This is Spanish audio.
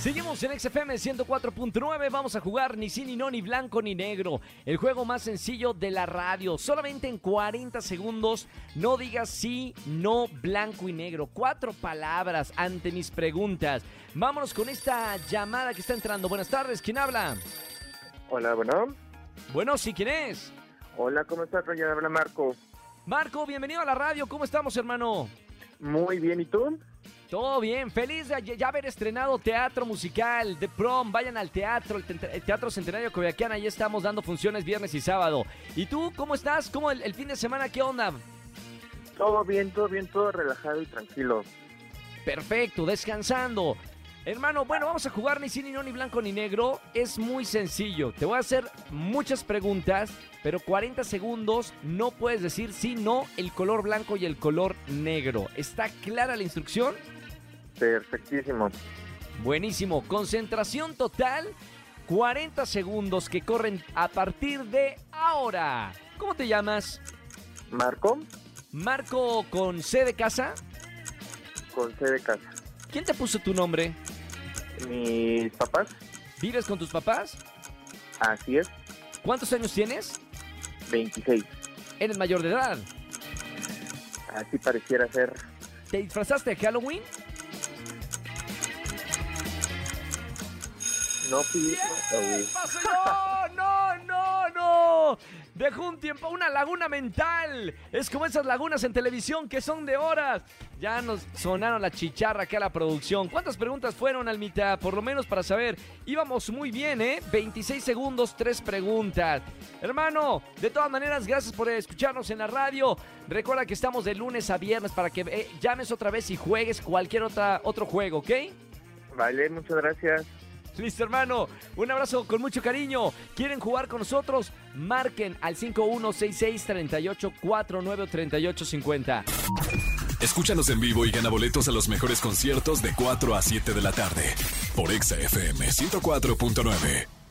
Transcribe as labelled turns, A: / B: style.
A: Seguimos en XFM 104.9, vamos a jugar ni sí, ni no, ni blanco, ni negro. El juego más sencillo de la radio. Solamente en 40 segundos, no digas sí, no, blanco y negro. Cuatro palabras ante mis preguntas. Vámonos con esta llamada que está entrando. Buenas tardes, ¿quién habla?
B: Hola, bueno.
A: Bueno, sí, ¿quién es?
B: Hola, ¿cómo estás, Roger? Habla Marco.
A: Marco, bienvenido a la radio, ¿cómo estamos, hermano?
B: Muy bien, ¿y tú?
A: Todo bien, feliz de ya haber estrenado teatro musical de prom. Vayan al teatro, el, te- el Teatro Centenario Coyoacán. Ahí estamos dando funciones viernes y sábado. ¿Y tú cómo estás? ¿Cómo el, el fin de semana? ¿Qué onda?
B: Todo bien, todo bien, todo relajado y tranquilo.
A: Perfecto, descansando. Hermano, bueno, vamos a jugar ni sí, ni no, ni blanco, ni negro. Es muy sencillo. Te voy a hacer muchas preguntas, pero 40 segundos no puedes decir sí, no, el color blanco y el color negro. ¿Está clara la instrucción?
B: Perfectísimo.
A: Buenísimo. Concentración total. 40 segundos que corren a partir de ahora. ¿Cómo te llamas?
B: Marco,
A: Marco con C de casa.
B: con C de casa.
A: ¿Quién te puso tu nombre?
B: Mis papás,
A: ¿Vives con tus papás?
B: así es,
A: ¿Cuántos años tienes?
B: 26.
A: ¿Eres mayor de edad?
B: Así pareciera ser.
A: ¿Te disfrazaste de Halloween?
B: No fui. eh,
A: ¡No, no, no, no! Dejó un tiempo, una laguna mental. Es como esas lagunas en televisión que son de horas. Ya nos sonaron la chicharra acá a la producción. ¿Cuántas preguntas fueron, Almita? Por lo menos para saber. Íbamos muy bien, ¿eh? 26 segundos, 3 preguntas. Hermano, de todas maneras, gracias por escucharnos en la radio. Recuerda que estamos de lunes a viernes para que eh, llames otra vez y juegues cualquier otra, otro juego, ¿ok?
B: Vale, muchas gracias.
A: Listo, hermano. Un abrazo con mucho cariño. ¿Quieren jugar con nosotros? Marquen al 5166-3849-3850.
C: Escúchanos en vivo y gana boletos a los mejores conciertos de 4 a 7 de la tarde. Por Exa FM 104.9.